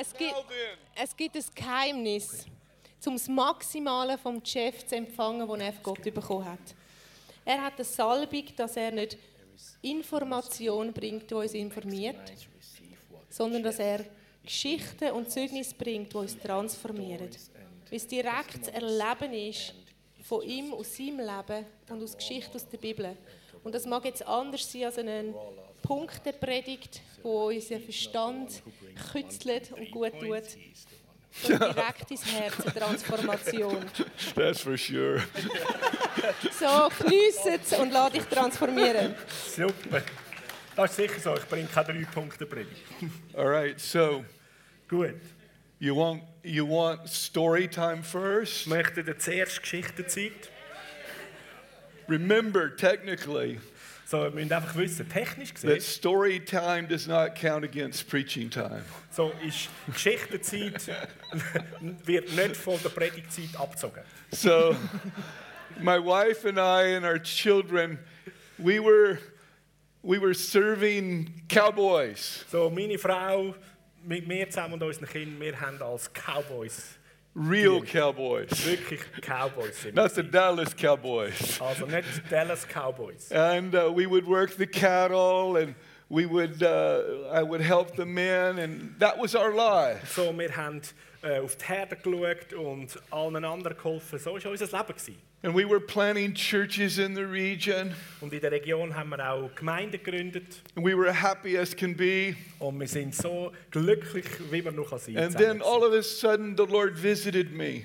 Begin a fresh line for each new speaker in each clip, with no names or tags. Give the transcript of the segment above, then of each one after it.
es gibt, es gibt ein Geheimnis, um das Maximale vom Chef zu empfangen, das er von Gott bekommen hat. Er hat eine Salbung, dass er nicht Information bringt, die uns informiert, sondern dass er Geschichten und Zeugnisse bringt, die uns transformieren. Weil es direktes Erleben ist von ihm, aus seinem Leben und aus Geschichten aus der Bibel. Und das mag jetzt anders sein als eine Punktepredigt, wo unseren Verstand kützelt und gut tut. sondern direkt ins Herz, eine Transformation.
That's for sure.
So, geniesset und lass dich transformieren.
Super. Das ist sicher so. Ich bringe keine drei Punkte Predigt.
All right, so
Gut.
you want you want story time first?
Möchte dir zuerst Geschichtenzeit.
Remember technically
So, wir müssen einfach wissen, technisch
that
gesehen,
story time does not count against preaching time.
so ist Geschichtenzeit wird nicht von der Predigtzeit abgezogen.
So my wife and I and our children, we were we were serving cowboys,
So, meine Frau mit mir zusammen und unseren Kindern, wir haben als Cowboys,
real cowboys.
wirklich Cowboys sind. wir.
Not the Dallas Cowboys.
Also nicht Dallas Cowboys.
And uh, we would work the cattle and we would uh, I would help the men and that was our life.
So, wir haben äh, auf die Herde geschaut und allen anderen geholfen. So war unser Leben. Gewesen.
And we were planning churches in the region.
Und in der Region haben wir auch Gemeinden gegründet.
And we were happy as can be.
Und wir sind so glücklich, wie man noch sein kann.
And then
zusammen.
all of a sudden the Lord visited me.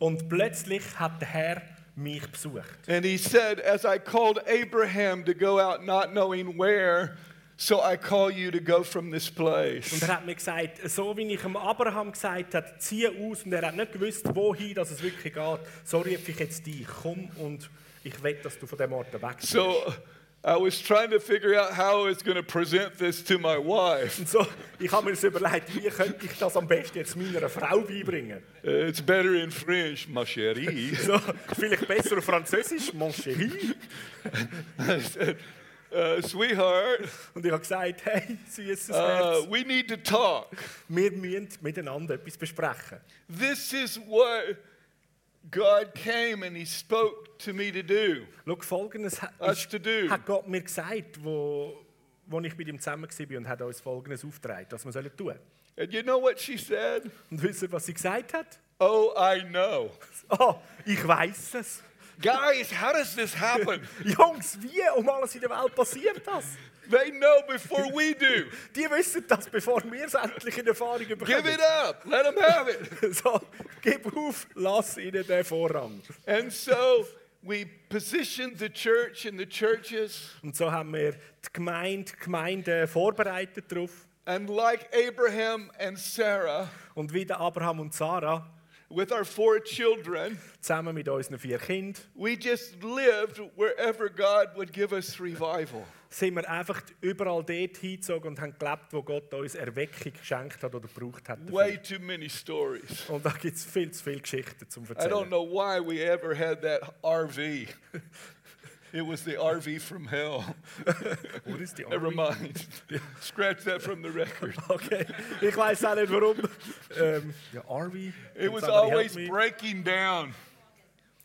Und plötzlich hat der Herr mich besucht.
And he said, As I called Abraham to go out not knowing where, so I call you to go from this
Und
place.
er hat mir gesagt, so wie ich dem Abraham gesagt habe, zieh aus. Und er hat nicht gewusst, wohin dass es wirklich geht. So rief ich jetzt dich, komm und ich will, dass du von dem Ort weg bist.
So I was trying to figure out how I was going to present this to my wife.
Und so, ich habe mir das überlegt, wie könnte ich das am besten jetzt meiner Frau beibringen?
Uh, It's better in French, ma chérie.
So, vielleicht besser auf Französisch, mon chéri.
I said, uh, Sweetheart,
Und ich habe gesagt, hey, süßes
uh,
Herz,
we need to talk.
wir müssen miteinander etwas besprechen.
This is what God came and He spoke to me to do.
Schau, folgendes ha-
Us to do.
hat Gott mir gesagt, wo, wo ich mit ihm zusammen war und hat uns folgendes aufgetragen, was wir sollen tun.
And you know what she said?
Und wisst ihr, was sie gesagt hat?
Oh, I know.
Oh, ich weiß es.
Guys, how does this happen?
Jungs, wie um alles in der Welt passiert das?
They know before we do.
Die wissen das, bevor wir es endlich in Erfahrung
Give it
bekommen.
up. Let them have it.
So, gib auf, lass ihnen den Vorrang.
And so we positioned the church and the churches.
Und so haben wir die Gemeinde, die Gemeinde vorbereitet darauf.
And like Abraham and Sarah,
Und wie der Abraham und Sarah,
with our four children,
zusammen mit unseren vier Kindern,
we just lived wherever God would give us revival.
sind wir einfach überall dort hingezogen und haben gelebt, wo Gott uns Erweckung geschenkt hat oder gebraucht hat. dafür.
Way too many stories.
Und da gibt es viel zu viele Geschichten zum
I don't
Erzählen.
know why we ever had that RV. It was the RV from hell.
Wo ist die
Never
Arme?
mind. Scratch that from the record.
Okay, ich weiß auch nicht warum. ähm, ja, Arvi.
It was always breaking down.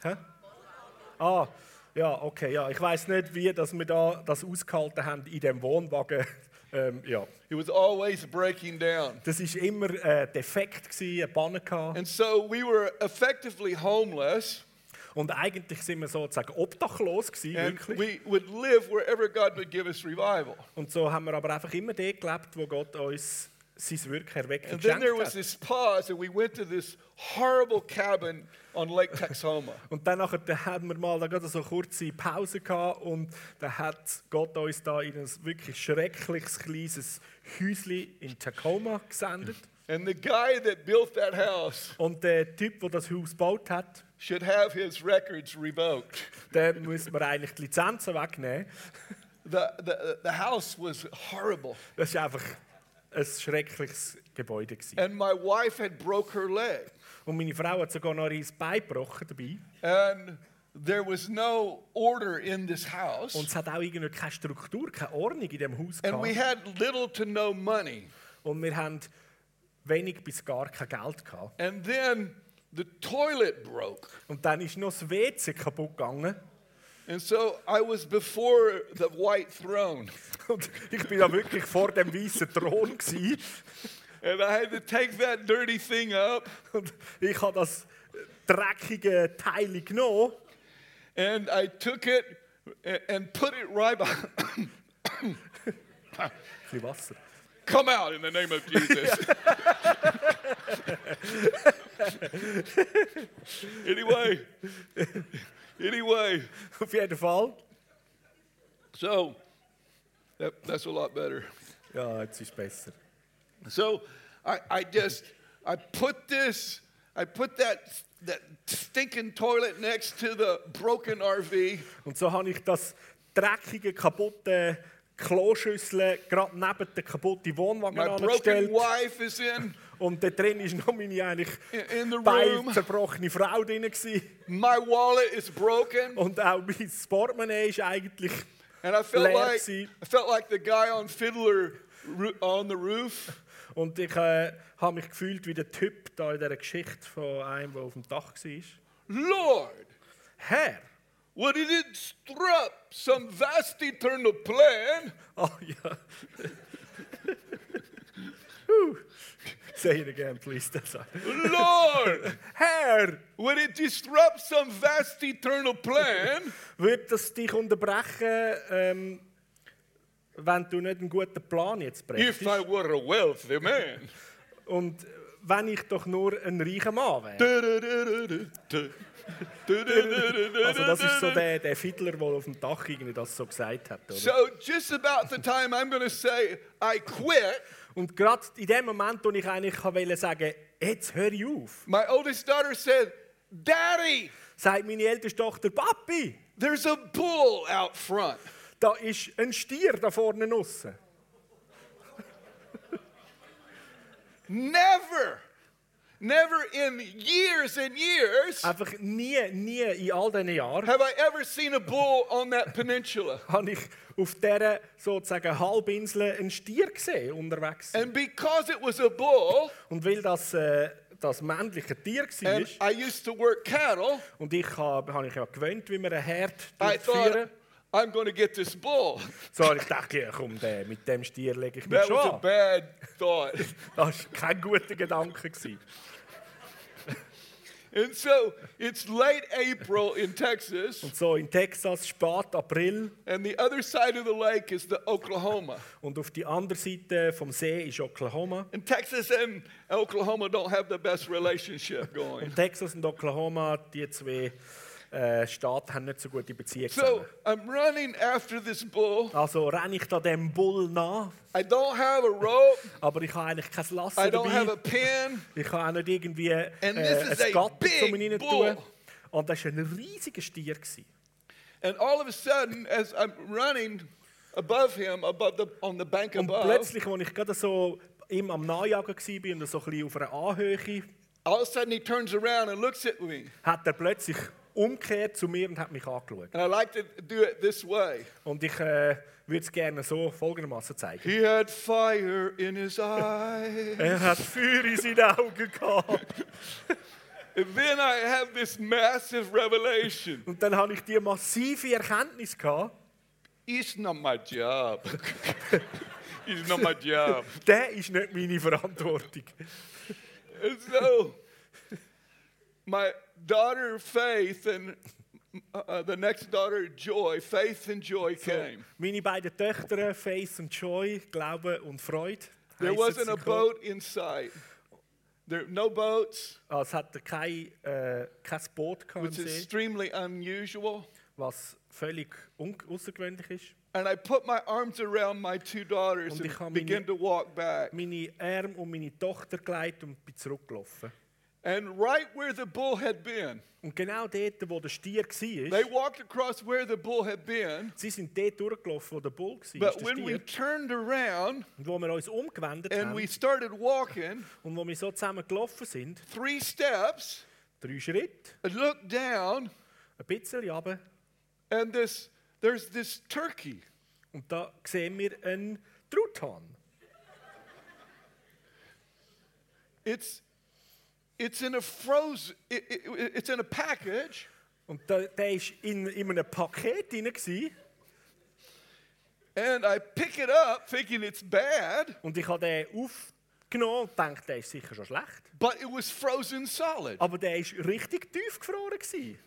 Hä? Ah, ja, okay, ja. Ich weiß nicht, wie dass wir da das ausgehalten haben in dem Wohnwagen. ähm, ja,
It was always breaking down.
das ist immer äh, defekt gewesen, eine Panne gehabt.
And so we were effectively homeless,
Und eigentlich sind wir sozusagen obdachlos gewesen,
and
wirklich.
we would live wherever God would give us revival.
Und so haben wir aber einfach immer dort gelebt, wo Gott uns sein Wirken erweckt
And then there was
geschenkt hat.
this pause, and we went to this horrible cabin on Lake Texoma.
Und dann nachher, dann haben wir mal da gerade so eine kurze Pause gehabt und dann hat Gott uns da in ein wirklich schreckliches kleines Häuschen in Tacoma gesendet.
And the guy that built that house
Und der Typ, der das Haus gebaut hat,
should have his records revoked.
der muss man eigentlich die Lizenzen wegnehmen.
The, the, the house was horrible.
Das war einfach ein schreckliches Gebäude. Gewesen.
And my wife had broke her leg.
Und meine Frau hat sogar noch ihr Bein gebrochen dabei.
And there was no order in this house.
Und es hat auch irgendwie keine Struktur, keine Ordnung in dem Haus
And we
gehabt.
had little to no money.
Und wir haben wenig bis gar kein Geld gehabt.
And then the toilet broke.
Und dann ist noch das WC kaputt gegangen.
And so I was before the white throne.
Und ich bin ja wirklich vor dem weißen Thron gsi
And I had to take that dirty thing up.
und ich habe das dreckige Teil genommen
And I took it a- and put it right behind.
ein bisschen Wasser
Come out in the name of Jesus. anyway, anyway,
auf jeden Fall
so that, that's a lot better.
ja jetzt ist es besser
So I, I just I put this I put that that stinking toilet next to the broken RV
und so habe ich das dreckige kaputte Kloschüssel gerade neben der kaputten Wohnwagen
my broken
angestellt
wife is in
und da drin ist noch meine eigentlich
i- in the
beil
room
zerbrochene Frau drin gsi
my wallet is broken
und auch mein Portemonnaie ist eigentlich
and I felt
Leer
like
gewesen.
I felt like the guy on Fiddler Ru- on the roof
und ich äh, habe mich gefühlt wie der Typ da in dieser Geschichte von einem, der auf dem Dach war.
Lord
Herr,
would it instruct some vast eternal plan
Ah ja. Whew. Say it again, please. That's all.
Lord
Herr,
would it disrupt some vast eternal plan
wird das dich unterbrechen, ähm, wenn du nicht einen guten Plan jetzt
if
brechst?
I were a wealthy man
Und wenn ich doch nur ein reicher Mann wäre. Also das ist so
so
der, der Fiddler, der auf dem Dach irgendwie das so gesagt hat. Oder?
just about the time I'm going to say I quit,
Und gerade in dem Moment, wo ich eigentlich wollte sagen, jetzt höre ich auf,
my oldest daughter said, "Daddy,
sagt meine älteste Tochter, Papi,
there's a bull out front."
da ist ein Stier da vorne draussen.
Never, never in years and years
Einfach nie, nie in all diesen Jahren
have I ever seen a bull on that peninsula.
habe ich auf dieser sozusagen Halbinsel einen Stier gesehen unterwegs.
And because it was a bull,
Und weil das äh, das männliche Tier war
and I used to work cattle,
und ich habe hab ich ja gewöhnt, wie man einen Herd
I
durchführen.
thought, "I'm going to get this bull."
So habe ich gedacht, ja, komm, der, mit dem Stier lege ich mich
That
schon
was a
an.
bad thought.
Das war kein guter Gedanke. Gewesen.
And so it's late April in Texas,
So in Texas, spät April
and the other side of the lake is the Oklahoma.
und auf die andere Seite vom See ist Oklahoma.
And Texas and Oklahoma don't have the best relationship going.
Und Texas und Oklahoma, die zwei äh, Staaten, haben nicht so gute Beziehungen.
So I'm running after this bull.
Also renne ich da dem Bull nach,
I don't have a rope.
aber ich habe eigentlich kein Lasso
I don't have a
dabei.
pen.
Ich habe auch nicht irgendwie äh,
And this is
ein
a
Gatter, um
big
ihn rein
bull.
tun. Und das war ein riesiger Stier. Gewesen.
And all of a sudden, as I'm running above him, above the on the bank
Und
above,
plötzlich, als ich gerade so ihm am Nachjagen war und so ein bisschen auf einer Anhöhe,
all of a sudden he turns around and looks at me.
hat er plötzlich umgekehrt zu mir und hat mich angeschaut.
And I like to do it this way.
Und ich äh, würde es gerne so folgendermaßen zeigen.
He had fire in his eyes.
Er hat Feuer in seinen Augen gehabt.
And then I have this massive revelation.
Und dann habe ich die massive Erkenntnis gehabt,
It's not my job. it's not my job.
der ist nicht meine Verantwortung.
And so my daughter Faith and uh, the next daughter Joy, Faith and Joy came.
Meine beiden Töchter, Faith und Joy, Glaube und Freude.
There
heissen
wasn't
sie
a
gekommen.
boat in sight. There no boats,
Ah, Es hatte kein, äh, kein Boot gehabt im
which is
See,
extremely unusual.
was völlig un- außergewöhnlich ist.
And I put my arms around my two daughters
Und ich habe
and
meine-
began to walk back.
Meine Arme um meine Tochter gelegt und bin zurückgelaufen.
And right where the bull had been,
Und genau dort, wo der Stier
They
war,
walked across where the bull had been,
sie sind dort durchgelaufen, wo der Bull war, der
but when we
Stier.
turned around
Und wo wir uns umgewendet
and
haben
we started walking,
und wo wir so zusammen gelaufen sind,
three steps,
drei Schritte,
I looked down,
ein bisschen runter,
and this there's this turkey.
und da sehen wir einen Truthahn.
It's, it's in a frozen, it, it- it's in a package,
Und der, der ist in, in einem Paket drin gewesen.
and I pick it up thinking it's bad,
und ich habe den aufgenommen und dachte, der ist sicher schon schlecht.
but it was frozen solid.
Aber der ist richtig tief gefroren gewesen.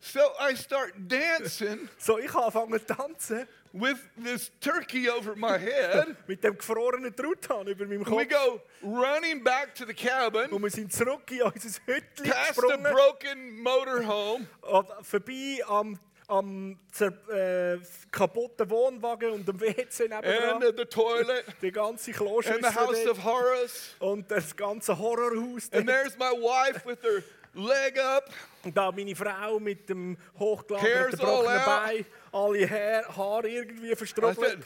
So I start dancing
So, ich habe angefangen zu tanzen
with this turkey over my head.
mit dem gefrorenen Truthahn über meinem
We
Kopf.
go running back to the cabin,
Und wir sind zurück in unser Hütchen
past a
gesprungen,
broken motorhome,
an- vorbei am, am zer, äh, kaputten Wohnwagen und dem WC
and
nebenan.
the toilet,
Die ganze
and the house
Kloschüssel
of Horus.
und das ganze Horrorhaus.
And
dort.
there's my wife with her leg up.
Und da meine Frau mit dem
Hairs
hochgelagerten gebrochenen
all out.
Bein, alle Haare, Haare irgendwie
I
verstrobelt.
said,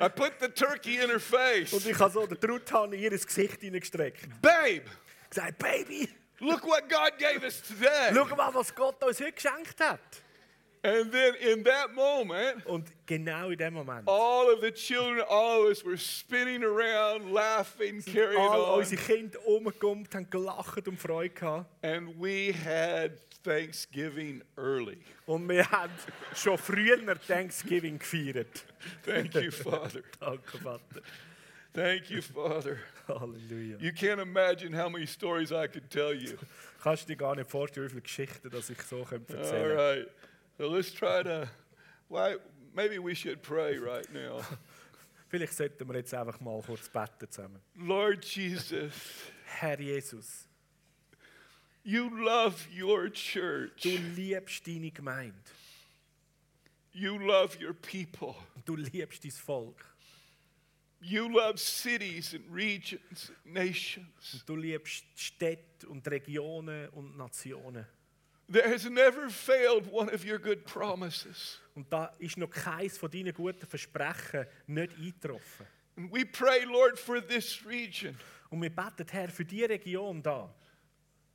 I put the turkey in her
Und
face.
ich habe so den Truthahn in ihr Gesicht hineingestreckt.
Babe,
gesagt, Baby,
look what God gave us today.
schau mal, was Gott uns heute geschenkt hat.
And then in that moment,
Und genau in dem Moment,
all of the children, all of us were spinning around, laughing, carrying
all
on.
unsere Kinder umgekommen, haben gelacht und Freude gehabt.
And we had Thanksgiving early.
Und wir haben schon früher Thanksgiving gefeiert.
Thank you, Father.
Danke, Vater.
Thank you, Father.
Halleluja.
You can't imagine how many stories I could tell you.
Kannst du dir gar nicht vorstellen, wie viele Geschichten dass ich so könnte
All
erzählen
right. So let's try to. Why? Maybe we should pray right now.
Vielleicht sollten wir jetzt einfach mal kurz beten zusammen.
Lord Jesus,
Herr Jesus,
you love your church.
du liebst deine Gemeinde.
You love your people.
Du liebst dein Volk.
You love cities and regions, and nations.
Du liebst die Städte und Regionen und Nationen.
There has never failed one of your good promises.
Und da ist noch keins von deinen guten Versprechen nicht eingetroffen.
And we pray, Lord, for this region
Und wir beten, Herr, für die Region da,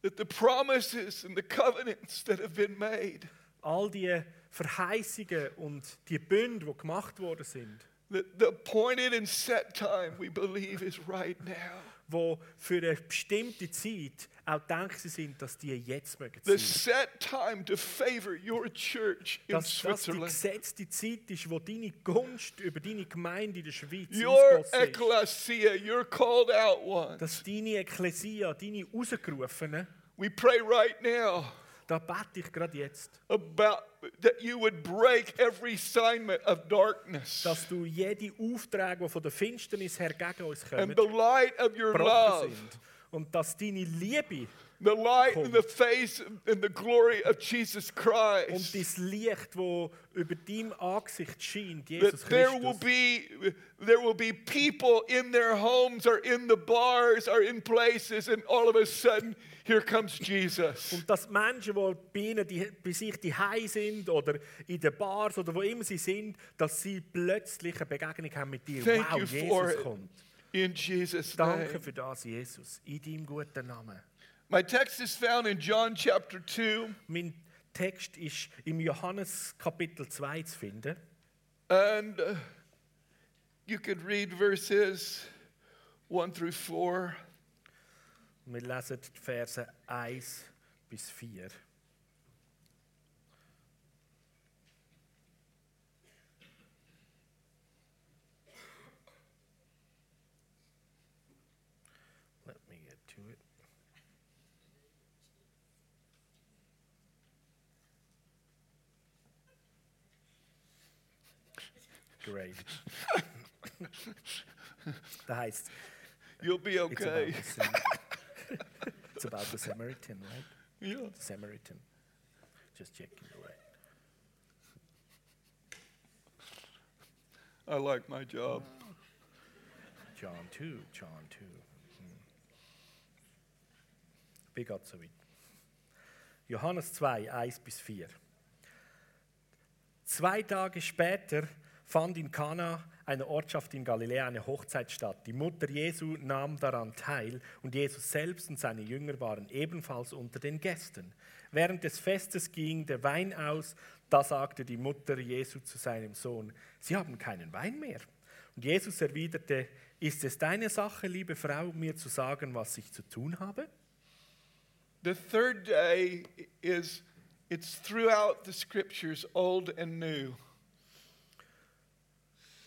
that the promises and the covenants that have been made,
all die Verheißungen und die Bünde, die gemacht worden sind,
that the appointed and set time we believe is right now.
wo für eine bestimmte Zeit authentisch sind, dass die jetzt mögen
the
sein.
set time to favor your church in
Dass das die
Switzerland.
gesetzte Zeit ist, wo deine Gunst über deine Gemeinde in der Schweiz
Your
ausgegossen ist.
ecclesia, your called out ones.
Dass deine Ekklesia, deine Rausgerufenen,
We pray right now
da bete ich gerade jetzt.
about that you would break every assignment of darkness
dass du jede Aufträge, die von der Finsternis her gegen uns kommen,
and the light of your
gebrochen
love,
sind. Und dass deine Liebe
the light in the face and the glory of Jesus
und
Christ.
um dein Licht, wo über deinem Angesicht scheint,
That
Jesus
there will
Christus,
be there will be people in their homes or in the bars or in places, and all of a sudden, here comes Jesus.
und dass Menschen, die bei, ihnen die, bei sich die sind oder in den Bars oder wo immer sie sind, dass sie plötzlich eine Begegnung haben mit dir.
Thank
wow,
you for
Jesus
it.
kommt.
In Jesus'
Danke
name.
für das, Jesus, in deinem guten Namen.
My text is found in John chapter 2,
Mein Text ist im Johannes Kapitel 2 zu finden.
and uh, you could read verses 1 through 4.
Wir lesen die Verse 1 bis 4. Let me get to it. Great. da heißt
You'll be
It's about
okay.
the Sam- it's about the Samaritan, right?
Yeah.
The Samaritan. Just checking, right?
I like my job.
John 2, John 2. Hm. Bin grad so weit. Johannes 2, 1 bis 4. Zwei Tage später fand in Kana, einer Ortschaft in Galiläa, eine Hochzeit statt. Die Mutter Jesu nahm daran teil und Jesus selbst und seine Jünger waren ebenfalls unter den Gästen. Während des Festes ging der Wein aus, da sagte die Mutter Jesu zu seinem Sohn, Sie haben keinen Wein mehr. Und Jesus erwiderte, ist es deine Sache, liebe Frau, mir zu sagen, was ich zu tun habe?
The third day is it's throughout the scriptures, old and new.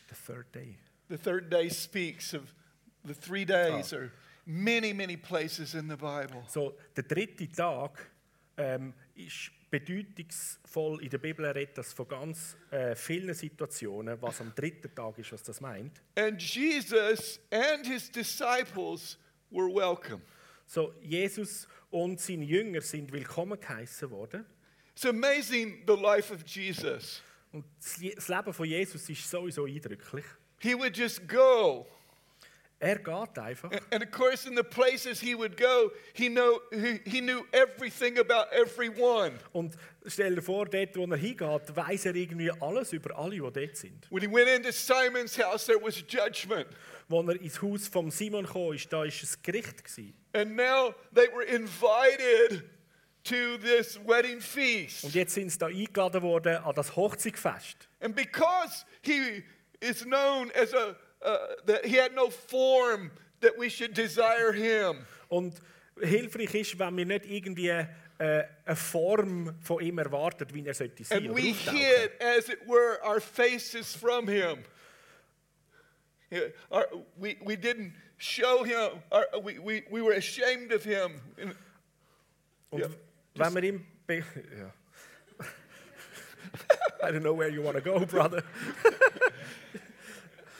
The third day.
The third day speaks of the three days or many, many places in the Bible.
So, der dritte Tag ähm, ist bedeutungsvoll. In der Bibel redet das von ganz äh, vielen Situationen, was am dritten Tag ist, was das meint.
And Jesus and his disciples were welcome.
So, Jesus und seine Jünger sind willkommen geheißen worden.
It's amazing the life of Jesus.
Und das Je- das Leben von Jesus ist sowieso eindrücklich.
He would just go.
Er geht einfach.
A- And of course, in the places he would go, he, know, he, he knew everything about everyone.
Und stell dir vor, dort, wo er hingeht, weiß er irgendwie alles über alle, die dort sind.
When he went into Simon's house, there was judgment.
Als er ins Haus von Simon kam, ist, da war ein Gericht. Gewesen.
And now they were invited to this wedding feast.
Und jetzt sind sie da eingeladen worden an das Hochzeitfest.
And because he is known as a, uh, that he had no form, that we should desire him.
Und hilfreich ist, wenn wir nicht irgendwie äh, eine Form von ihm erwartet, wie er sollte sein
And
oder
we
auftauchen.
hid, as it were, our faces from him. Yeah, our- we, we didn't show him, our, we, we, we were ashamed of him. And
Und
Ja.
wenn wir ihm... be- Ja. I don't know where you want to go, brother.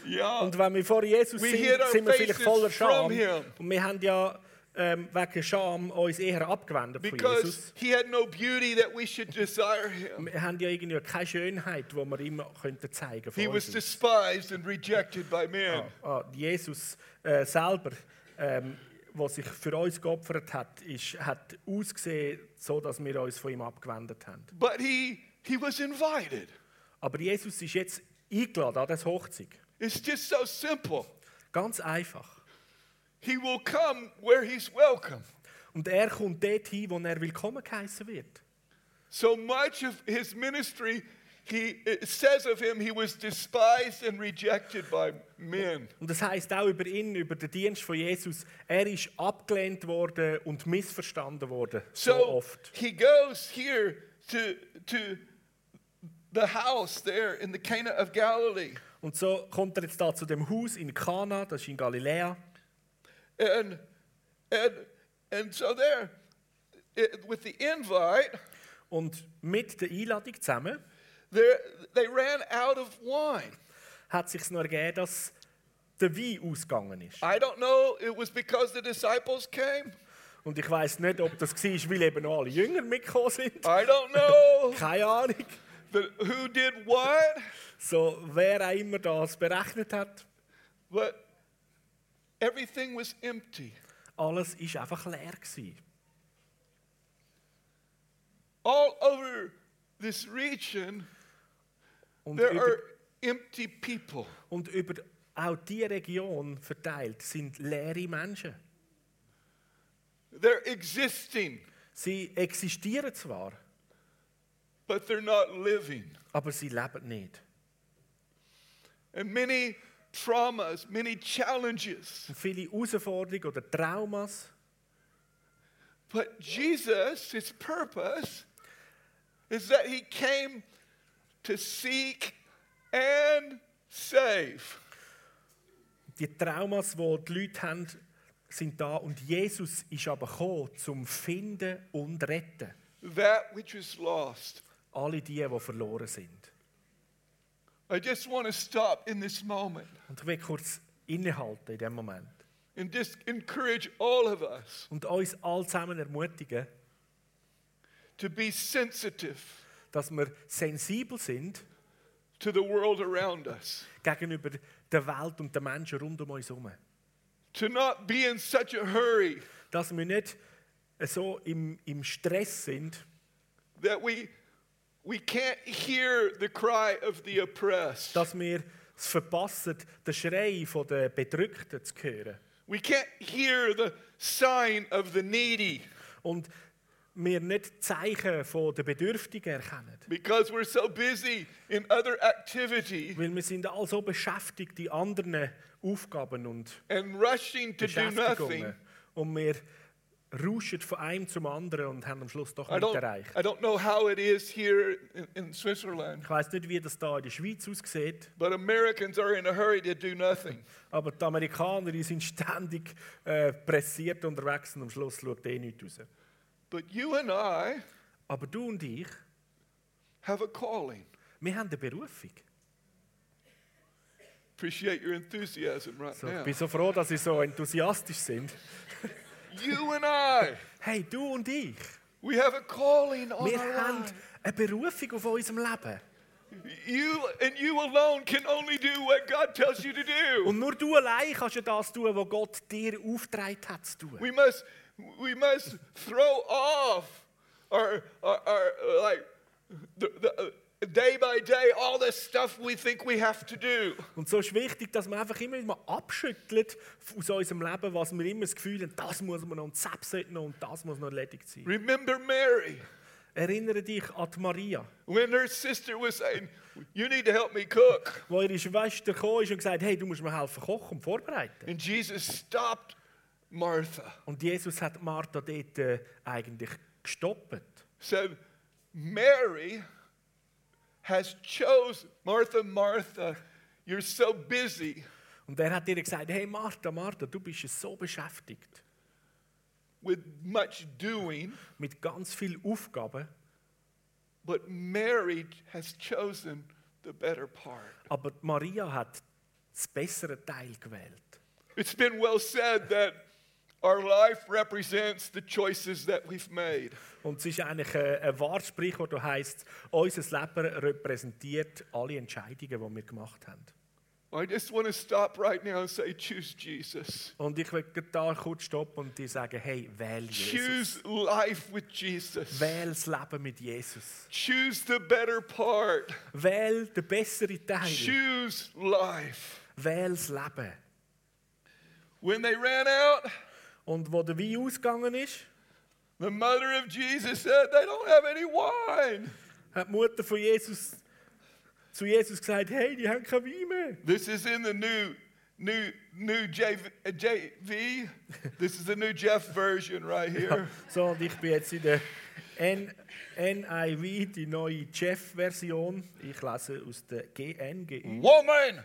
yeah,
Und wenn wir vor Jesus
We
sind,
hid our
sind wir vielleicht
faces
voller Scham.
from him.
Und wir haben ja ähm, wegen Scham uns eher abgewendet von
because
Jesus.
he had no beauty that we should desire him.
Wir haben ja irgendwie keine Schönheit, die wir ihm könnten zeigen
He was
könnten.
despised and rejected by men.
Ah, Jesus äh, selber, ähm, der sich für uns geopfert hat, ist, hat ausgesehen, so dass wir uns von ihm abgewendet haben.
But he, he was invited.
Aber Jesus ist jetzt eingeladen an das Hochzeit.
It's just so simple.
Ganz einfach.
He will come where he's welcome.
Und er kommt dorthin, wo er willkommen geheißen wird.
So much of his ministry, he it says of him, he was despised and rejected by men.
Und das heißt auch über ihn, über den Dienst von Jesus, er ist abgelehnt worden und missverstanden worden so,
So
oft.
he goes here to to the house there in the Cana of Galilee,
Und so kommt er jetzt da zu dem Haus in Kana, das ist in Galiläa.
and and and so there, it, with the invite,
Und mit der Einladung zusammen
there they ran out of wine.
hat sich noch ergeben, dass der Wein ausgegangen ist.
I don't know. It was because the disciples came.
Und ich weiß nicht, ob das war, weil eben noch alle Jünger mitgekommen sind.
I don't know
Keine Ahnung.
the, who did what,
So, wer auch immer das berechnet hat,
but everything was empty.
alles ist einfach leer. Gewesen.
All over this region,
Und,
there
über,
are empty people.
und über auch die Region verteilt sind leere Menschen.
They're existing,
Sie existieren zwar,
but they're not living.
aber sie leben nicht.
And many traumas, many challenges.
Und viele Herausforderungen oder Traumas.
But Jesus, his purpose is that he came to seek and save.
Die Traumas, die die Leute haben, sind da. Und Jesus ist aber gekommen, zum Finden und Retten.
that which is lost.
Alle die, die verloren sind.
I just want to stop in this moment
Und ich will kurz innehalten in dem Moment.
and just encourage all of us
Und uns alle zusammen ermutigen,
to be sensitive
dass wir sensibel sind
to the world around us,
gegenüber der Welt und den Menschen rund um uns herum.
to not be in such a hurry
Dass wir nicht so im, im Stress sind,
that we, we can't hear the cry of the oppressed.
dass wir es verpassen, den Schrei von der Bedrückten zu hören.
We can't hear the sign of the needy.
Und wir nicht die Zeichen von der Bedürftigen erkennen.
because we're so busy in other activity
Weil wir sind all so beschäftigt in anderen Aufgaben und
and rushing to do nothing.
Beschäftigungen. Und wir rauschen von einem zum anderen und haben am Schluss doch
I
nichts
don't,
erreicht.
I don't know how it is here in, in Switzerland,
Ich weiß nicht, wie das da in der Schweiz aussieht,
but Americans are in a hurry to do nothing.
aber die Amerikaner die sind ständig äh, pressiert unterwegs und am Schluss schaut eh nichts raus.
But you and I
Aber du und ich,
have a calling.
wir haben eine Berufung.
Appreciate your enthusiasm right
So,
now.
Ich bin so froh, dass sie so enthusiastisch sind.
You and I,
Hey, du und ich,
we have a calling on
wir
our
haben
life.
eine Berufung auf unserem Leben.
You and you alone can only do what God tells you to do.
Und nur du allein kannst ja das tun, was Gott dir aufgetragen hat zu tun.
We must we must throw off our our, our uh, like the, the, uh, day by day all the stuff we think we have to do.
Und so ist wichtig, dass man einfach immer mal abschüttelt aus unserem Leben, was wir immer das Gefühl haben, das muss man noch und das sollte noch und das muss noch erledigt sein.
Remember Mary
Erinnere dich an die Maria,
when her sister was saying, "You need to help me cook,"
wo ihre Schwester gekommen ist und gesagt hat, hey, du musst mir helfen kochen und vorbereiten.
and Jesus stopped Martha.
Und Jesus hat Martha dort äh, eigentlich gestoppt.
So Mary has chose Martha, Martha, you're so busy
Und er hat ihr gesagt, hey Martha, Martha, du bist so beschäftigt
with much doing,
mit ganz vielen Aufgaben,
but Mary has chosen the better part.
aber Maria hat das bessere Teil gewählt.
It's been well said that our life represents the choices that we've made.
Und es ist eigentlich ein, ein wahres Sprichwort, das heisst, unser Leben repräsentiert alle Entscheidungen, die wir gemacht haben.
I just want to stop right now and say, choose Jesus.
Und ich will gerade da kurz stoppen und dir sagen, hey, wähl Jesus.
Choose life with Jesus.
Wähl das Leben mit Jesus.
Choose the better part.
Wähl den besseren Teil.
Choose life.
Wähl das Leben.
When they ran out,
Und wo der Wein ausgegangen ist,
The mother of Jesus said, They don't have any wine.
hat die Mutter von Jesus zu Jesus gesagt, hey, die haben keinen Wein mehr.
This is in the new, new, new JV. uh, JV. This is the new Jeff version right here.
So, und ich bin jetzt in der N NIV, die neue Chef-Version. Ich lese aus der GNGI.
Woman,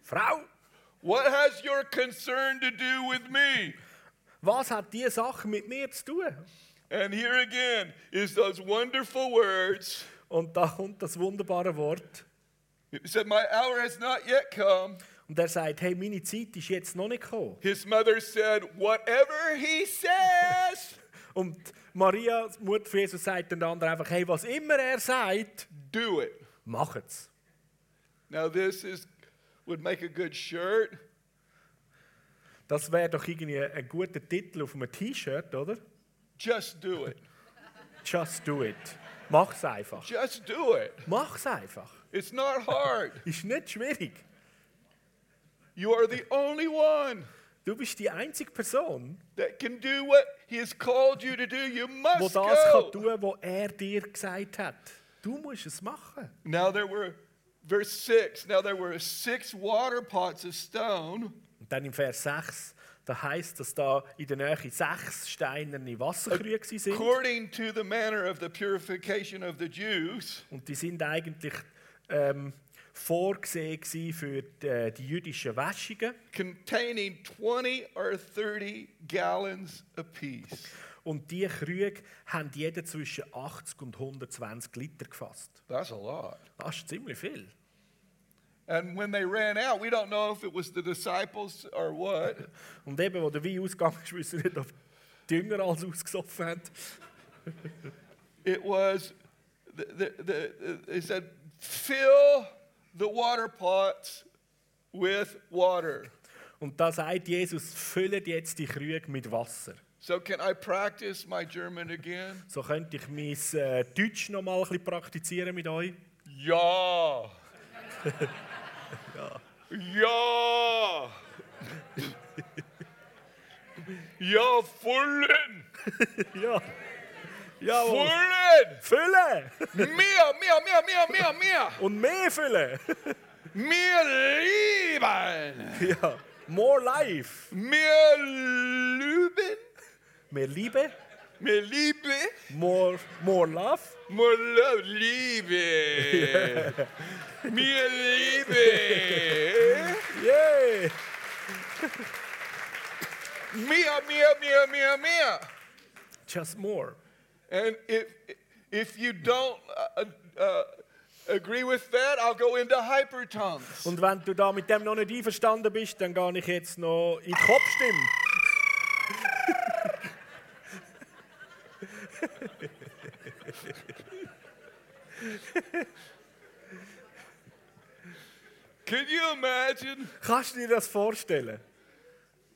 Frau,
what has your concern to do with me?
was hat diese Sache mit mir zu tun?
And here again is those wonderful words.
Und da kommt das wunderbare Wort.
It said, My hour has not yet come.
Und er sagt, hey, meine Zeit ist jetzt noch nicht gekommen.
His mother said, Whatever he says,
Und Maria, die Mutter von Jesus, sagt den anderen einfach, hey, was immer er sagt,
do it.
mach es.
Now, this is would make a good shirt.
Das wäre doch irgendwie ein guter Titel auf einem T-Shirt, oder?
Just do it.
Just do it. Mach's einfach.
Just do it.
Mach's einfach.
It's not hard.
Ist nicht schwierig.
You are the only one
Du bist die einzige Person,
that can do what He has called you to do. You
die
must
das kann
go.
tun was er dir gesagt hat. Du musst es machen.
Now there were, verse 6, now there were six water pots of stone
Und dann im Vers 6, da heißt, dass da in der Nähe sechs steinerne Wasserkrüge gewesen sind.
according to the manner of the purification of the Jews.
Und die sind eigentlich ähm, vorgesehen gewesen für die, äh, die jüdischen Wäschungen.
Containing 20 or 30 gallons apiece.
Und diese Krüge haben jeder zwischen 80 und 120 Liter gefasst.
That's a lot.
Das ist ziemlich viel.
And when they ran out, we don't know if it was the disciples or what,
Und eben, wo der Wein ausgegangen ist, wissen wir nicht, ob die Jünger alles ausgesoffen haben.
it was the, the, the, it said fill the water pots with water
Und da sagt Jesus, füllt jetzt die Krüge mit Wasser.
so can i practice my german again
So könnte ich mein äh, Deutsch noch mal ein bisschen praktizieren mit euch.
ja ja ja füllen
Ja. Jawohl.
Füllen!
Fülle
Mehr, mehr, mehr, mehr, mehr, mehr!
und mehr Fülle.
Mehr lieben!
ja. More life.
Mehr lieben!
Mehr Liebe.
Mehr Liebe!
More, more love.
More love, Liebe! Mehr Liebe!
Yeah.
Mehr, mehr, mehr, mehr, mehr!
Just more.
And if, if you don't uh, uh, agree with that, I'll go into hypertongues.
Und wenn du da mit dem noch nicht einverstanden bist, dann gehe ich jetzt noch in die Kopfstimme.
Can you imagine
Kannst du dir das vorstellen?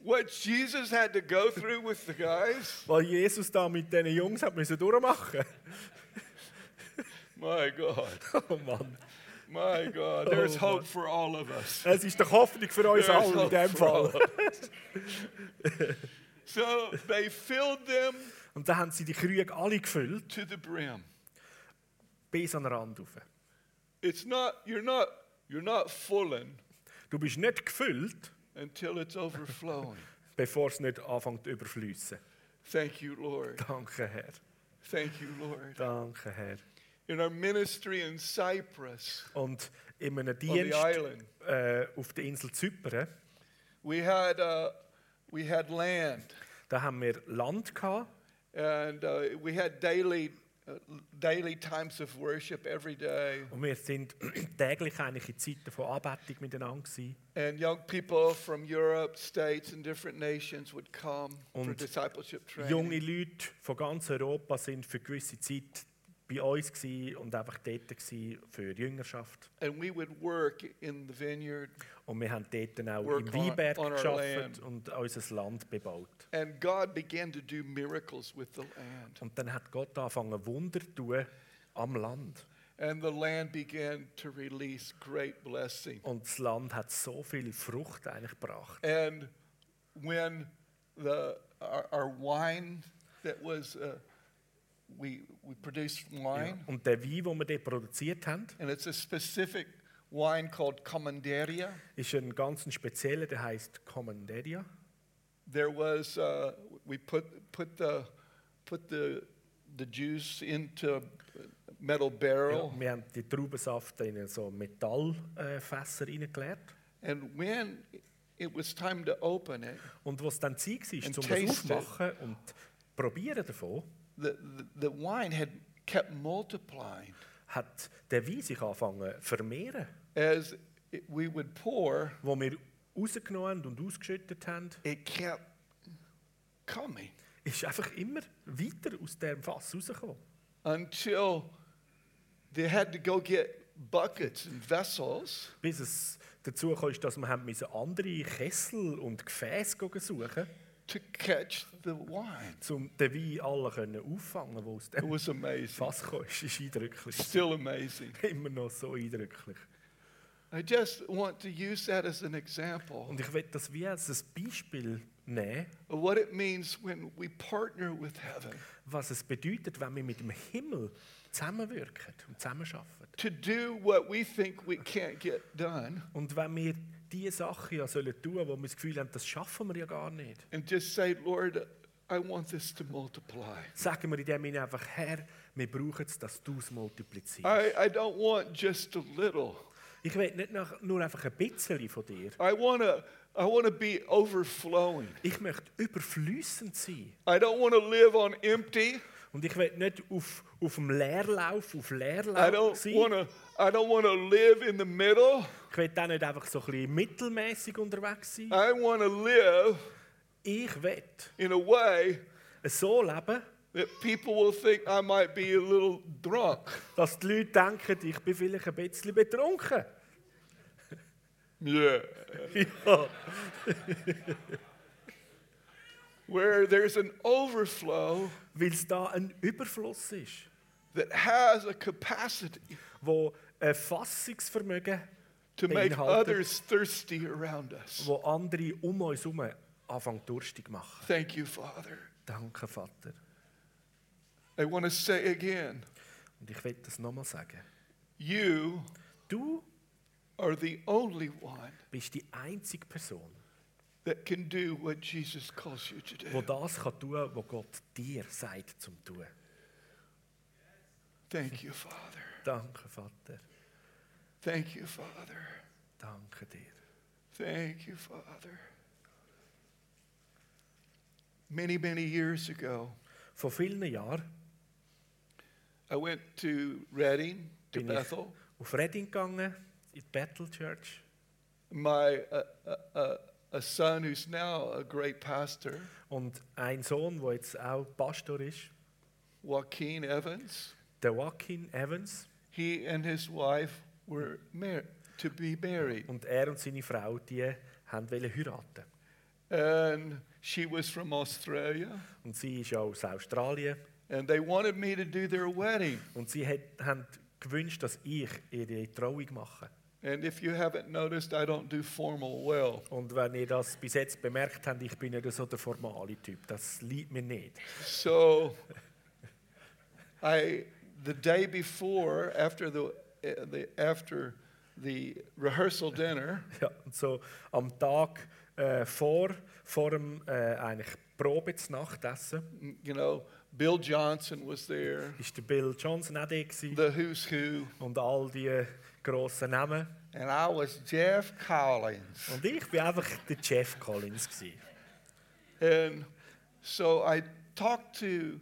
what Jesus had to go through with the guys?
Was Jesus da mit diesen Jungs hat müssen durchmachen
My God,
Oh Mann.
my God. There's
Oh,
hope for all of us.
Es ist doch Hoffnung für uns
There's
alle in
hope
dem
for
Fall.
all of us. so they filled them
Und dann haben sie die Krüge alle gefüllt,
to the brim.
bis an den Rand rauf.
It's not you're not you're not fooling
Du bist nicht gefüllt,
until it's overflowing.
bevor es nicht anfängt zu überfliessen.
Thank you, Lord.
Danke, Herr.
Thank you, Lord.
Danke, Herr.
In our ministry in Cyprus,
Und in einem
on the
Dienst
island,
äh, auf der Insel Zypern,
we had uh, we had land.
da haben wir Land gehabt
and uh, we had daily uh, daily times of worship every day
und wir sind täglich eigentlich in Zeiten von Anbetung miteinander gewesen.
and young people from europe states and different nations would come for
Und
discipleship
Junge
training
Leute von ganz Europa sind für gewisse Zeit bei uns gewesen und einfach dort gewesen für Jüngerschaft.
and we would work in the vineyard
Und wir haben dort dann auch
Work
im
on-
Weinberg
on our
geschafft
land.
und unser Land bebaut.
and god began to do miracles with the land
Und dann hat Gott angefangen, Wunder zu tun am Land.
and the land began to release great blessing
Und das Land hat so viel Frucht eigentlich gebracht.
and when the our, our wine that was uh, we we produced wine
Und der Wein, den wir dort produziert haben,
and it's a specific wine called Commanderia.
ist ein ganz spezieller, der heißt Commanderia.
There was uh, we put put the put the the juice into a metal barrel,
Ja, wir haben die Traubensaft in so Metallfässer reingeleert.
and when it was time to open it,
Und was dann Zeit war,
And
um
taste
das
it.
aufzumachen und probieren davon,
the the, the wine had kept multiplying
hat der Wein sich angefangen zu vermehren.
as it, we would pour.
Wo wir rausgenommen haben und ausgeschüttet haben,
It kept coming
ist einfach immer weiter aus diesem Fass rausgekommen.
until they had to go get buckets and vessels.
Bis es dazu kam, dass wir haben müssen andere Kessel und Gefäße gehen suchen
To catch the wine.
um den Wein alle können auffangen, der aus
It
dem
was amazing.
Fass kam. Das ist eindrücklich.
Still amazing.
Immer noch so eindrücklich.
I just want to use that as an example
Und ich will das wie als ein Beispiel nehmen,
of what it means when we partner with heaven
was es bedeutet, wenn wir mit dem Himmel zusammenwirken und zusammenarbeiten.
to do what we think we can't get done
Und wenn wir diese Sachen ja sollen tun, wo wir das Gefühl haben, das schaffen wir ja gar nicht,
and just say, Lord, I want this to multiply.
sagen wir in dem Sinne einfach, Herr, wir brauchen es, dass du es multiplizierst.
I, I don't want just a little.
Ich will nicht nach, nur einfach ein bisschen von dir.
I want to I want to be overflowing.
Ich möchte überflüssend sein.
I don't want to live on empty.
Und ich will nicht auf, auf dem Leerlauf, auf
I
Leerlauf
don't
sein.
want to I don't want to live in the middle.
Ich will auch nicht einfach so ein bisschen mittelmäßig unterwegs sein.
I want to live
Ich will
in a way
so leben,
that people will think I might be a little drunk.
dass die Leute denken, ich bin vielleicht ein bisschen betrunken.
Yeah.
Ja.
Where there's an overflow
Weil es da ein Überfluss ist,
that has a capacity
wo ein Fassungsvermögen,
to make
Beinhaltet.
others thirsty around us.
wo andere um uns herum anfangen durstig machen.
Thank you, Father.
Danke, Vater.
I want to say again
Und ich will das nochmal sagen.
you
Du
are the only one
bist die einzige Person,
that can do what Jesus calls you to
die
do.
das kann tun kann, was Gott dir sagt, zum tun.
Thank you, Father.
Danke, Vater.
Thank you, Father.
Danke dir.
Thank you, Father. Many, many years ago,
Vor vielen Jahren
I went to Reading, to
Bin ich-
Bethel.
auf Reading gegangen, in die Battle Church.
My uh, uh, uh, a son who's now a great pastor,
Und ein Sohn, der jetzt auch Pastor ist,
Joaquin Evans,
der Joaquin Evans.
he and his wife were mar- to be married.
Und er und seine Frau, die haben wollen heiraten.
And she was from Australia.
Und sie ist ja aus Australien.
And they wanted me to do their wedding.
Und sie hat, haben gewünscht, dass ich ihre Trauung mache.
And if you haven't noticed, I don't do formal well.
Und wenn ihr das bis jetzt bemerkt habt, ich bin nicht so der formale Typ. Das liegt mir nicht.
So I the day before after the, eh, the after the rehearsal dinner,
Ja, und so am Tag äh, vor, vor dem äh, eigentlich Probe zu Nachtessen,
m- you know, Bill Johnson was there,
ist der Bill Johnson auch da gewesen
the who's who,
und all die grossen Namen.
and I was Jeff Collins.
Und ich war einfach der Jeff Collins. Gewesen.
And so I talked to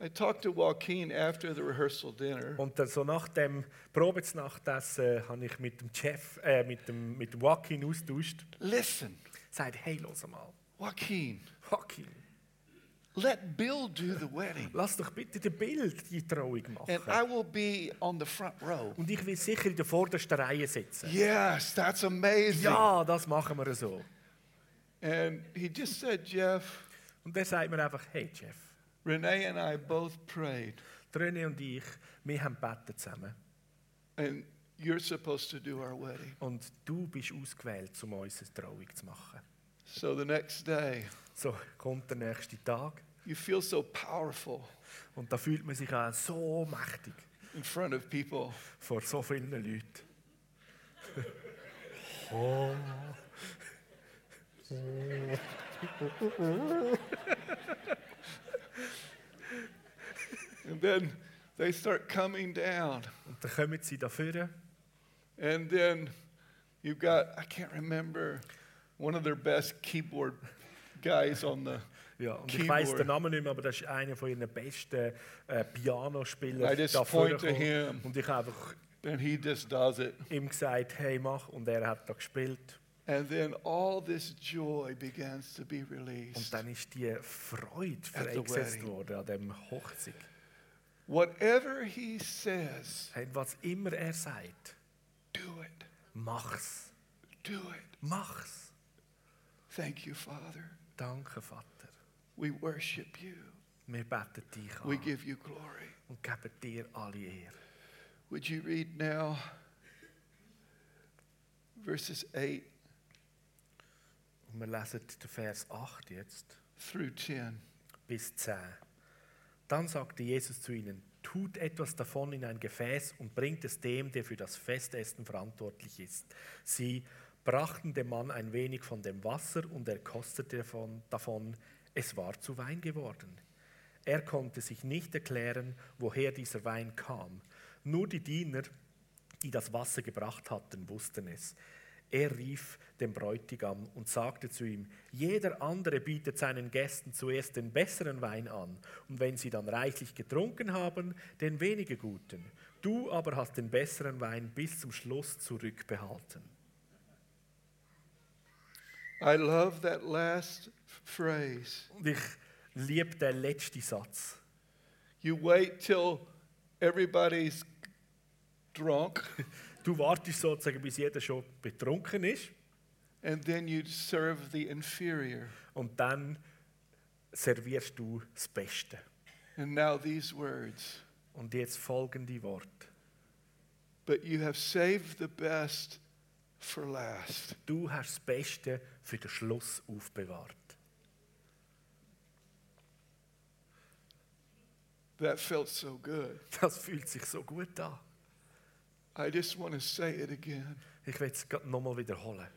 I talked to Joaquin after the rehearsal dinner,
Und dann so nach dem Probezunachtessen habe ich mit dem Jeff, äh, mit dem mit dem Joaquin austauscht.
"Listen,
Sagt, hey, los mal,
Joaquin,
Joaquin,
let Bill do the wedding."
lass doch bitte den Bild die Trauung
And I
machen.
will be on the front row.
Und ich will sicher in der vordersten Reihe sitzen.
Yes, that's amazing.
Ja, das machen wir so.
And he just said, Jeff,
Und dann sagt mir einfach, hey Jeff,
Renee and I both prayed,
die René und ich, wir haben betet zusammen.
and you're supposed to do our wedding.
Und du bist ausgewählt, um uns eine Trauung zu machen.
So the next day,
So kommt der nächste Tag
you feel so powerful
und da fühlt man sich auch so mächtig
in front of people.
vor so vielen Leuten.
And then they start coming down.
Und dann kommen sie da vorne
And then you've got, I can't remember, one of their best keyboard guys on the.
Ja, und ich
Keyboard.
weiß den Namen nicht mehr, aber das ist einer von ihren besten äh, Pianospielern.
I just
da vorne
point to
gekommen.
him.
Und ich habe einfach
And he just does it.
ihm gesagt, hey, mach. Und er hat da gespielt.
And then all this joy begins to be released.
Und dann ist die Freude
At the
freigesetzt
wedding. worden
worden an dem Hochzeit.
Whatever he says,
Hey, was immer er sagt,
do it.
mach's.
Do it.
Mach's.
Thank you, Father.
Danke, Vater.
We worship you.
Wir beten dich an
We give you glory.
und geben dir alle Ehre.
Would you read now verses 8
Und wir lesen den Vers 8 jetzt.
through 10?
bis 10. Dann sagte Jesus zu ihnen, tut etwas davon in ein Gefäß und bringt es dem, der für das Festessen verantwortlich ist. Sie brachten dem Mann ein wenig von dem Wasser und er kostete davon, davon. Es war zu Wein geworden. Er konnte sich nicht erklären, woher dieser Wein kam. Nur die Diener, die das Wasser gebracht hatten, wussten es. Er rief den Bräutigam und sagte zu ihm, jeder andere bietet seinen Gästen zuerst den besseren Wein an, und wenn sie dann reichlich getrunken haben, den weniger guten. Du aber hast den besseren Wein bis zum Schluss zurückbehalten.
I love that last phrase.
Und ich liebe den letzten Satz.
You wait till everybody's drunk
Du wartest sozusagen, bis jeder schon betrunken ist,
and then you serve the inferior.
und dann servierst du das Beste.
And now these words.
Und jetzt folgende Worte.
But you have saved the best for last.
Du hast das Beste für den Schluss aufbewahrt.
That felt so good.
Das fühlt sich so gut an.
I just want to say it again.
Ich will es gerade nochmal wiederholen.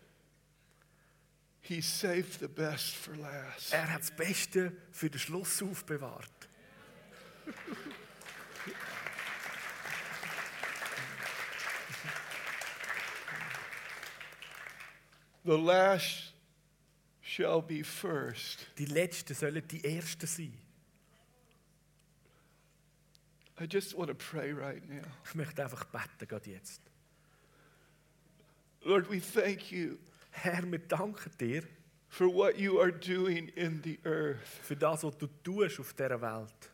He saved the best for last.
Er hat das Beste für den Schluss aufbewahrt.
The last shall be first.
Die Letzten sollen die Ersten sein.
I just want to pray right now.
Ich möchte einfach beten, gerade jetzt.
Lord, we thank you
Herr, wir danken dir
for what you are doing in the earth.
für das, was du tust auf dieser Welt.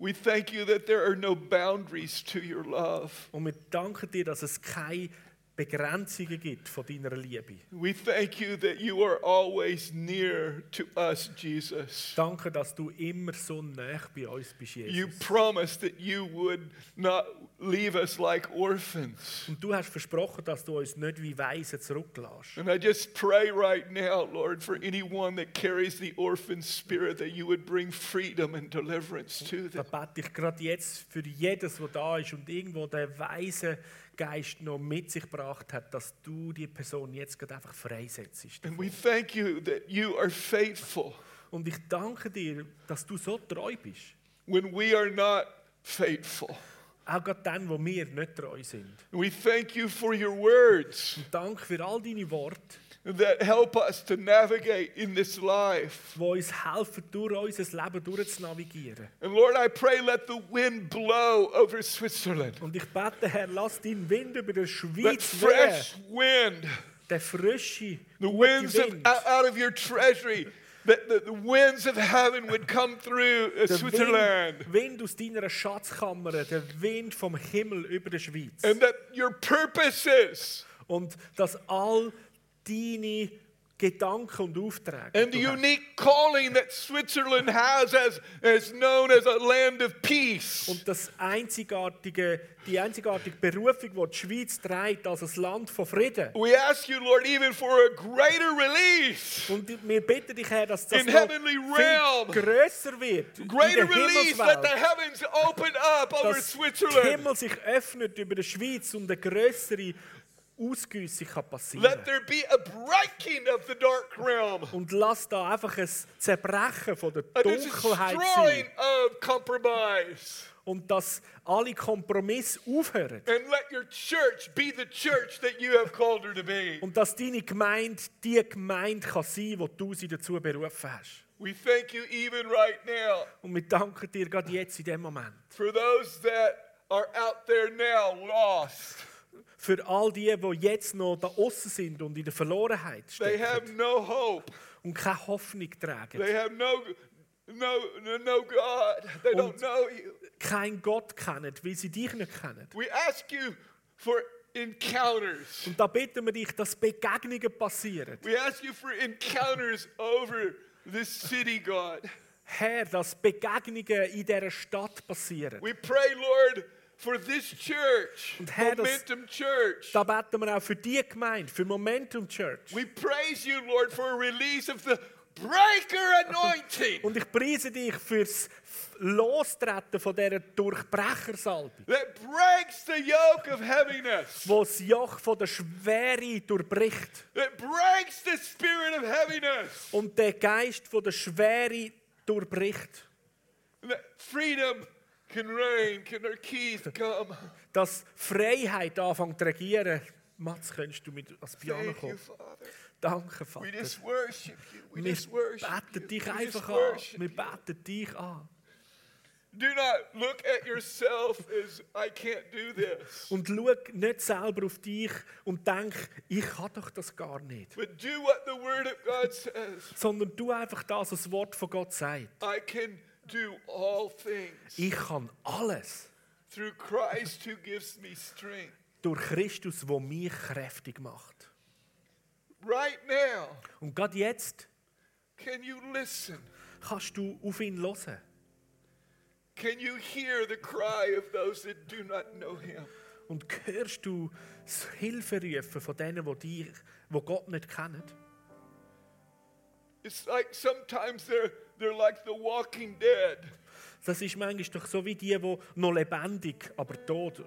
We thank you that there are no boundaries to your love.
Und wir danken dir, dass es keine Begrenzungen gibt von deiner Liebe.
We thank you that you are always near to us, Jesus.
Danke, dass du immer so nah bei uns bist,
You
Jesus.
promised that you would not leave us like orphans.
Und du hast versprochen, dass du uns nicht wie Weisen zurücklässt.
And I just pray right now, Lord, for anyone that carries the orphan spirit, that you would bring freedom and deliverance to them.
Da bete ich gerade jetzt für jedes, der da ist und irgendwo der weise Geist noch mit sich gebracht hat, dass du die Person jetzt gerade einfach freisetzt.
And we thank you that you are faithful
Und ich danke dir, dass du so treu bist.
when we are not faithful.
Auch gerade dann, wo wir nicht treu sind.
And we thank you for your words
Danke für all deine Worte,
that help us to navigate in this life.
die uns helfen, durch unser Leben durchzunavigieren.
And Lord, I pray let the wind blow over Switzerland.
Und ich bete, Herr, lass deinen Wind über der
Let
Schweiz wehen.
fresh wind,
Der frische,
the
gute
winds of,
Wind.
out out of your treasury, that the, the winds of heaven would come through uh,
Der
Switzerland.
Wind, Wind aus deiner Schatzkammer, der Wind vom Himmel über der Schweiz.
And that your purposes
Und dass all deine Gedanken und Aufträge
and the
du hast,
unique calling that Switzerland has as, as known as a land of peace
und das einzigartige, die einzigartige Berufung, die die Schweiz trägt als ein Land von Frieden.
We ask you, Lord, even for a greater release,
Und wir bitten dich, Herr, dass das
In
noch
heavenly realm.
viel grösser wird. in
greater
der
release, that the
Himmelswelt.
heavens open up over
Dass der
Switzerland.
Himmel sich öffnet über die Schweiz und eine grössere Ausgüssung kann passieren
Let there be a breaking of the dark realm,
Und lass da einfach ein Zerbrechen von der
a
Dunkelheit
destroying
sein.
of compromise.
Und dass alle Kompromisse aufhören.
And let your church be the church that you have called her to be.
Und dass deine Gemeinde die Gemeinde kann sein kann, die du sie dazu berufen hast.
We thank you even right now
Und wir danken dir gerade jetzt in dem Moment.
for those that are out there now lost.
Für all die, die jetzt noch da außen sind und in der Verlorenheit
They
stecken
have no hope.
und keine Hoffnung tragen.
They have no no no, no God. They don't
Und-
know you.
Kein Gott kennen, weil sie dich nicht kennen.
We ask you for encounters.
Und da bitten wir dich, dass Begegnungen passieren.
We ask you for encounters over this city, God.
Herr, dass Begegnungen in dieser Stadt passieren.
We pray, Lord, for this church,
Und Herr, das-
Momentum Church.
Da beten wir auch für die Gemeinde, für Momentum Church.
We praise you, Lord, for a release of the breaker anointing
Und ich preise dich fürs Lostreten von dieser Durchbrechersalbe,
that breaks the yoke of heaviness,
wo das Joch von der Schwere durchbricht
that breaks the spirit of heaviness,
und der Geist von der Schwere durchbricht,
that freedom can reign, can our keys come.
dass Freiheit anfängt zu regieren. Mats, könntest du mit ans Piano
Thank you,
kommen?
Father.
Danke,
We
Vater.
just worship you. We
Wir
just worship you.
beten dich
We just
einfach an.
worship
Wir
you.
beten dich an.
Do not look at yourself as I can't do this.
Und schau nicht selber auf dich und denk, ich kann doch das gar nicht.
But do what the word of God says.
Sondern du einfach das, was das Wort von Gott sagt.
I can do all things
Ich kann alles
through Christ who gives me strength.
durch Christus, wo mich kräftig macht.
Right now,
Und gerade jetzt
can you listen?
kannst du auf ihn hören.
Can you hear the cry of those that do not know him?
Und hörst du das Hilferufen von denen, die dich, die Gott nicht kennen?
It's like sometimes they're they're like the walking dead.
Das ist manchmal doch so wie die, die noch lebendig, aber tot.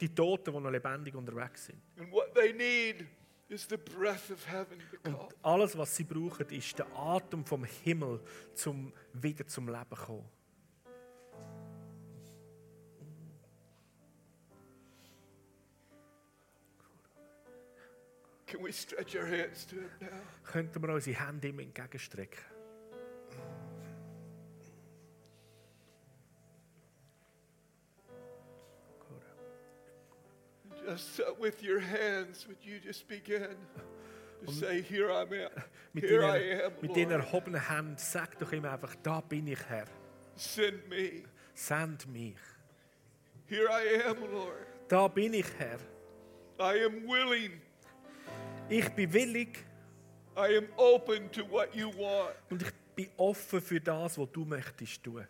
Die Toten, die noch lebendig unterwegs sind.
And what they need is the breath of heaven to call.
Alles, was sie brauchen, ist der Atem vom Himmel, um wieder zum Leben zu kommen.
Can we stretch our hands to Him now?
Könnten wir unsere Hände ihm entgegenstrecken?
Just so with your hands, would you just begin to say, Here I am.
Mit
Here I
deiner,
am.
mit deiner
Lord.
erhobenen Hand sag doch ihm einfach: Da bin ich Herr,
Send me.
send mich.
Here I am, Lord.
Da bin ich Herr.
I am willing.
Ich bin willig
I am open to what you want.
und ich bin offen für das, was du möchtest tun.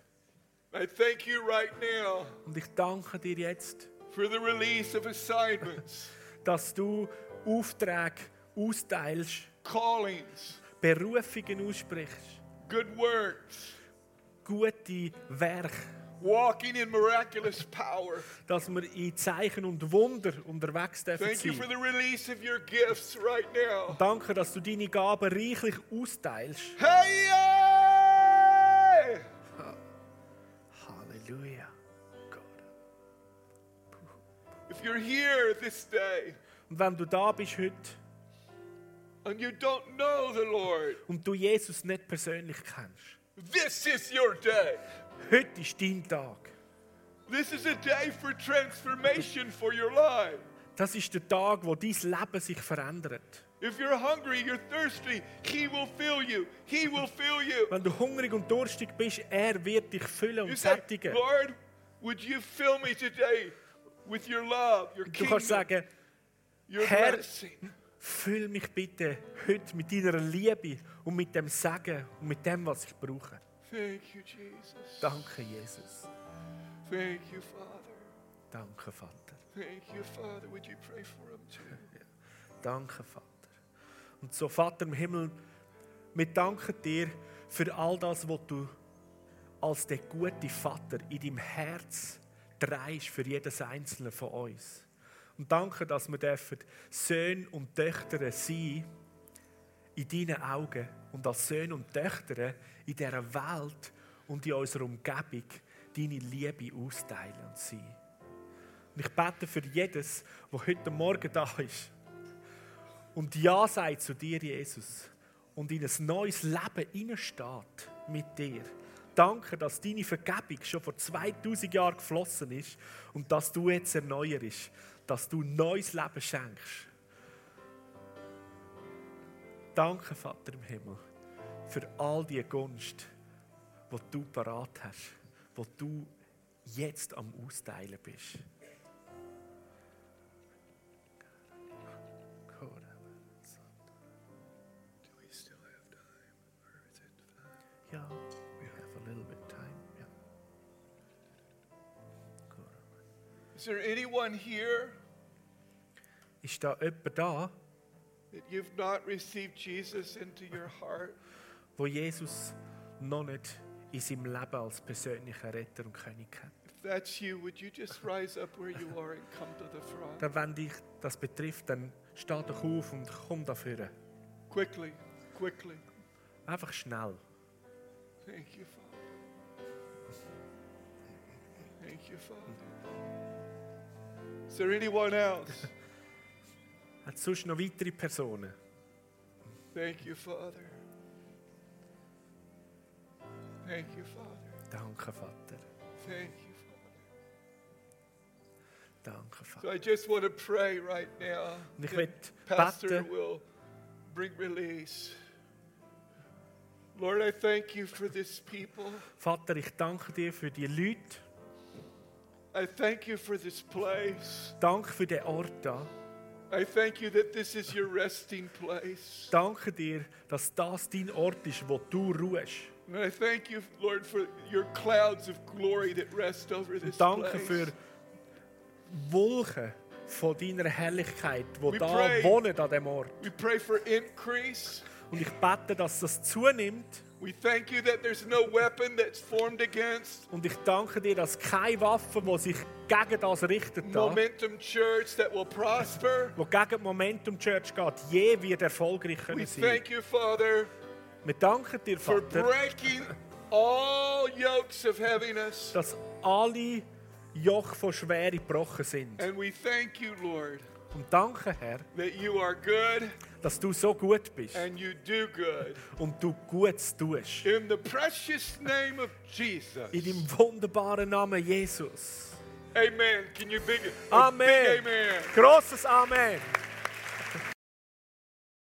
I thank you right now
Und ich danke dir jetzt,
for the release of assignments,
dass du Aufträge austeilst,
callings,
Berufungen aussprichst,
good works,
gute Werke,
walking in miraculous power.
dass wir in Zeichen und Wunder unterwegs dürfen
Thank you for
sein.
the release of your gifts right now.
Danke, dass du deine Gaben reichlich austeilst.
Hey! yeah!
Halleluja. Gott.
If you're here this day
Und wenn du da bist heute
and you don't know the Lord,
und du Jesus nicht persönlich kennst,
this is your day.
heute ist dein Tag.
This is a day for transformation for your life.
Das ist der Tag, wo dein Leben sich verändert.
If you're hungry, you're thirsty, He will fill you. He will fill you.
Wenn du hungrig und durstig bist, er wird dich füllen
You
und
say,
sättigen.
Lord, would you fill me today with your love, your
Du kannst
kingdom,
sagen,
your
Herr-
blessing?
füll mich bitte heute mit deiner Liebe und mit dem Segen und mit dem, was ich brauche.
Thank you, Jesus.
Danke, Jesus.
Thank you, Father.
Danke, Vater.
Thank you, Father. Would you pray for him too?
Danke, Vater. Und so, Vater im Himmel, wir danken dir für all das, was du als der gute Vater in deinem Herz trägst für jedes Einzelne von uns. Und danke, dass wir dürfen Söhne und Töchter sein in deinen Augen und als Söhne und Töchter in dieser Welt und in unserer Umgebung deine Liebe austeilen und sein. Und ich bete für jedes, der heute Morgen da ist und Ja sagt zu dir, Jesus, und in ein neues Leben hineinsteht mit dir. Danke, dass deine Vergebung schon vor 2000 Jahren geflossen ist und dass du jetzt erneuerst, dass du neues Leben schenkst. Danke, Vater im Himmel, für all die Gunst, die du parat hast, wo du jetzt am Austeilen bist. Yeah, we have a little bit time. Yeah. Gut.
Is there anyone here
Ist da jemand da,
that you've not received Jesus into your heart?
wo Jesus noch nicht in seinem Leben als persönlicher Retter und König hat?
If that's you, would you just rise up where you are and come to the front
Dann, wenn dich das betrifft, dann steh doch auf und komm dafür.
quickly, quickly?
Einfach schnell.
Thank you, Father. Thank you, Father. Is there anyone else?
Hat es sonst noch weitere Personen?
Thank you, Father. Thank you, Father.
Danke, Vater.
Thank you, Father.
Danke,
So
Vater.
I just want to pray right now.
Und ich
that
will
Pastor
beten.
will bring release. Lord, I thank you for this people.
Vater, ich danke dir für die Leute.
I thank you for this place.
Danke für den Ort da.
I thank you that this is your resting place.
Danke dir, dass das dein Ort ist, wo du ruhst.
And I thank you, Lord, for your clouds of glory that rest over this
Danke
place.
für Wolken von deiner Herrlichkeit, die
We
da
pray.
wohnen an dem Ort.
We pray for increase.
Und ich bete, dass das zunimmt
We thank you that there's no weapon that's formed against
Und ich danke dir, dass keine Waffe, die sich gegen das richtet, da, die
Momentum Church that will prosper.
gegen die Momentum Church geht, je wird erfolgreich
We
können sein.
thank you, Father,
Wir danken dir,
for
Vater,
breaking all yokes of heaviness.
dass alle Joch von Schwere gebrochen sind.
And we thank you, Lord,
Und danke, Herr,
that you are good
dass du so gut bist
and you do good.
und du Gutes tust.
In the precious name of Jesus.
In deinem wunderbaren Namen Jesus.
Amen. Can you big, a big
Amen.
amen?
Grosses Amen.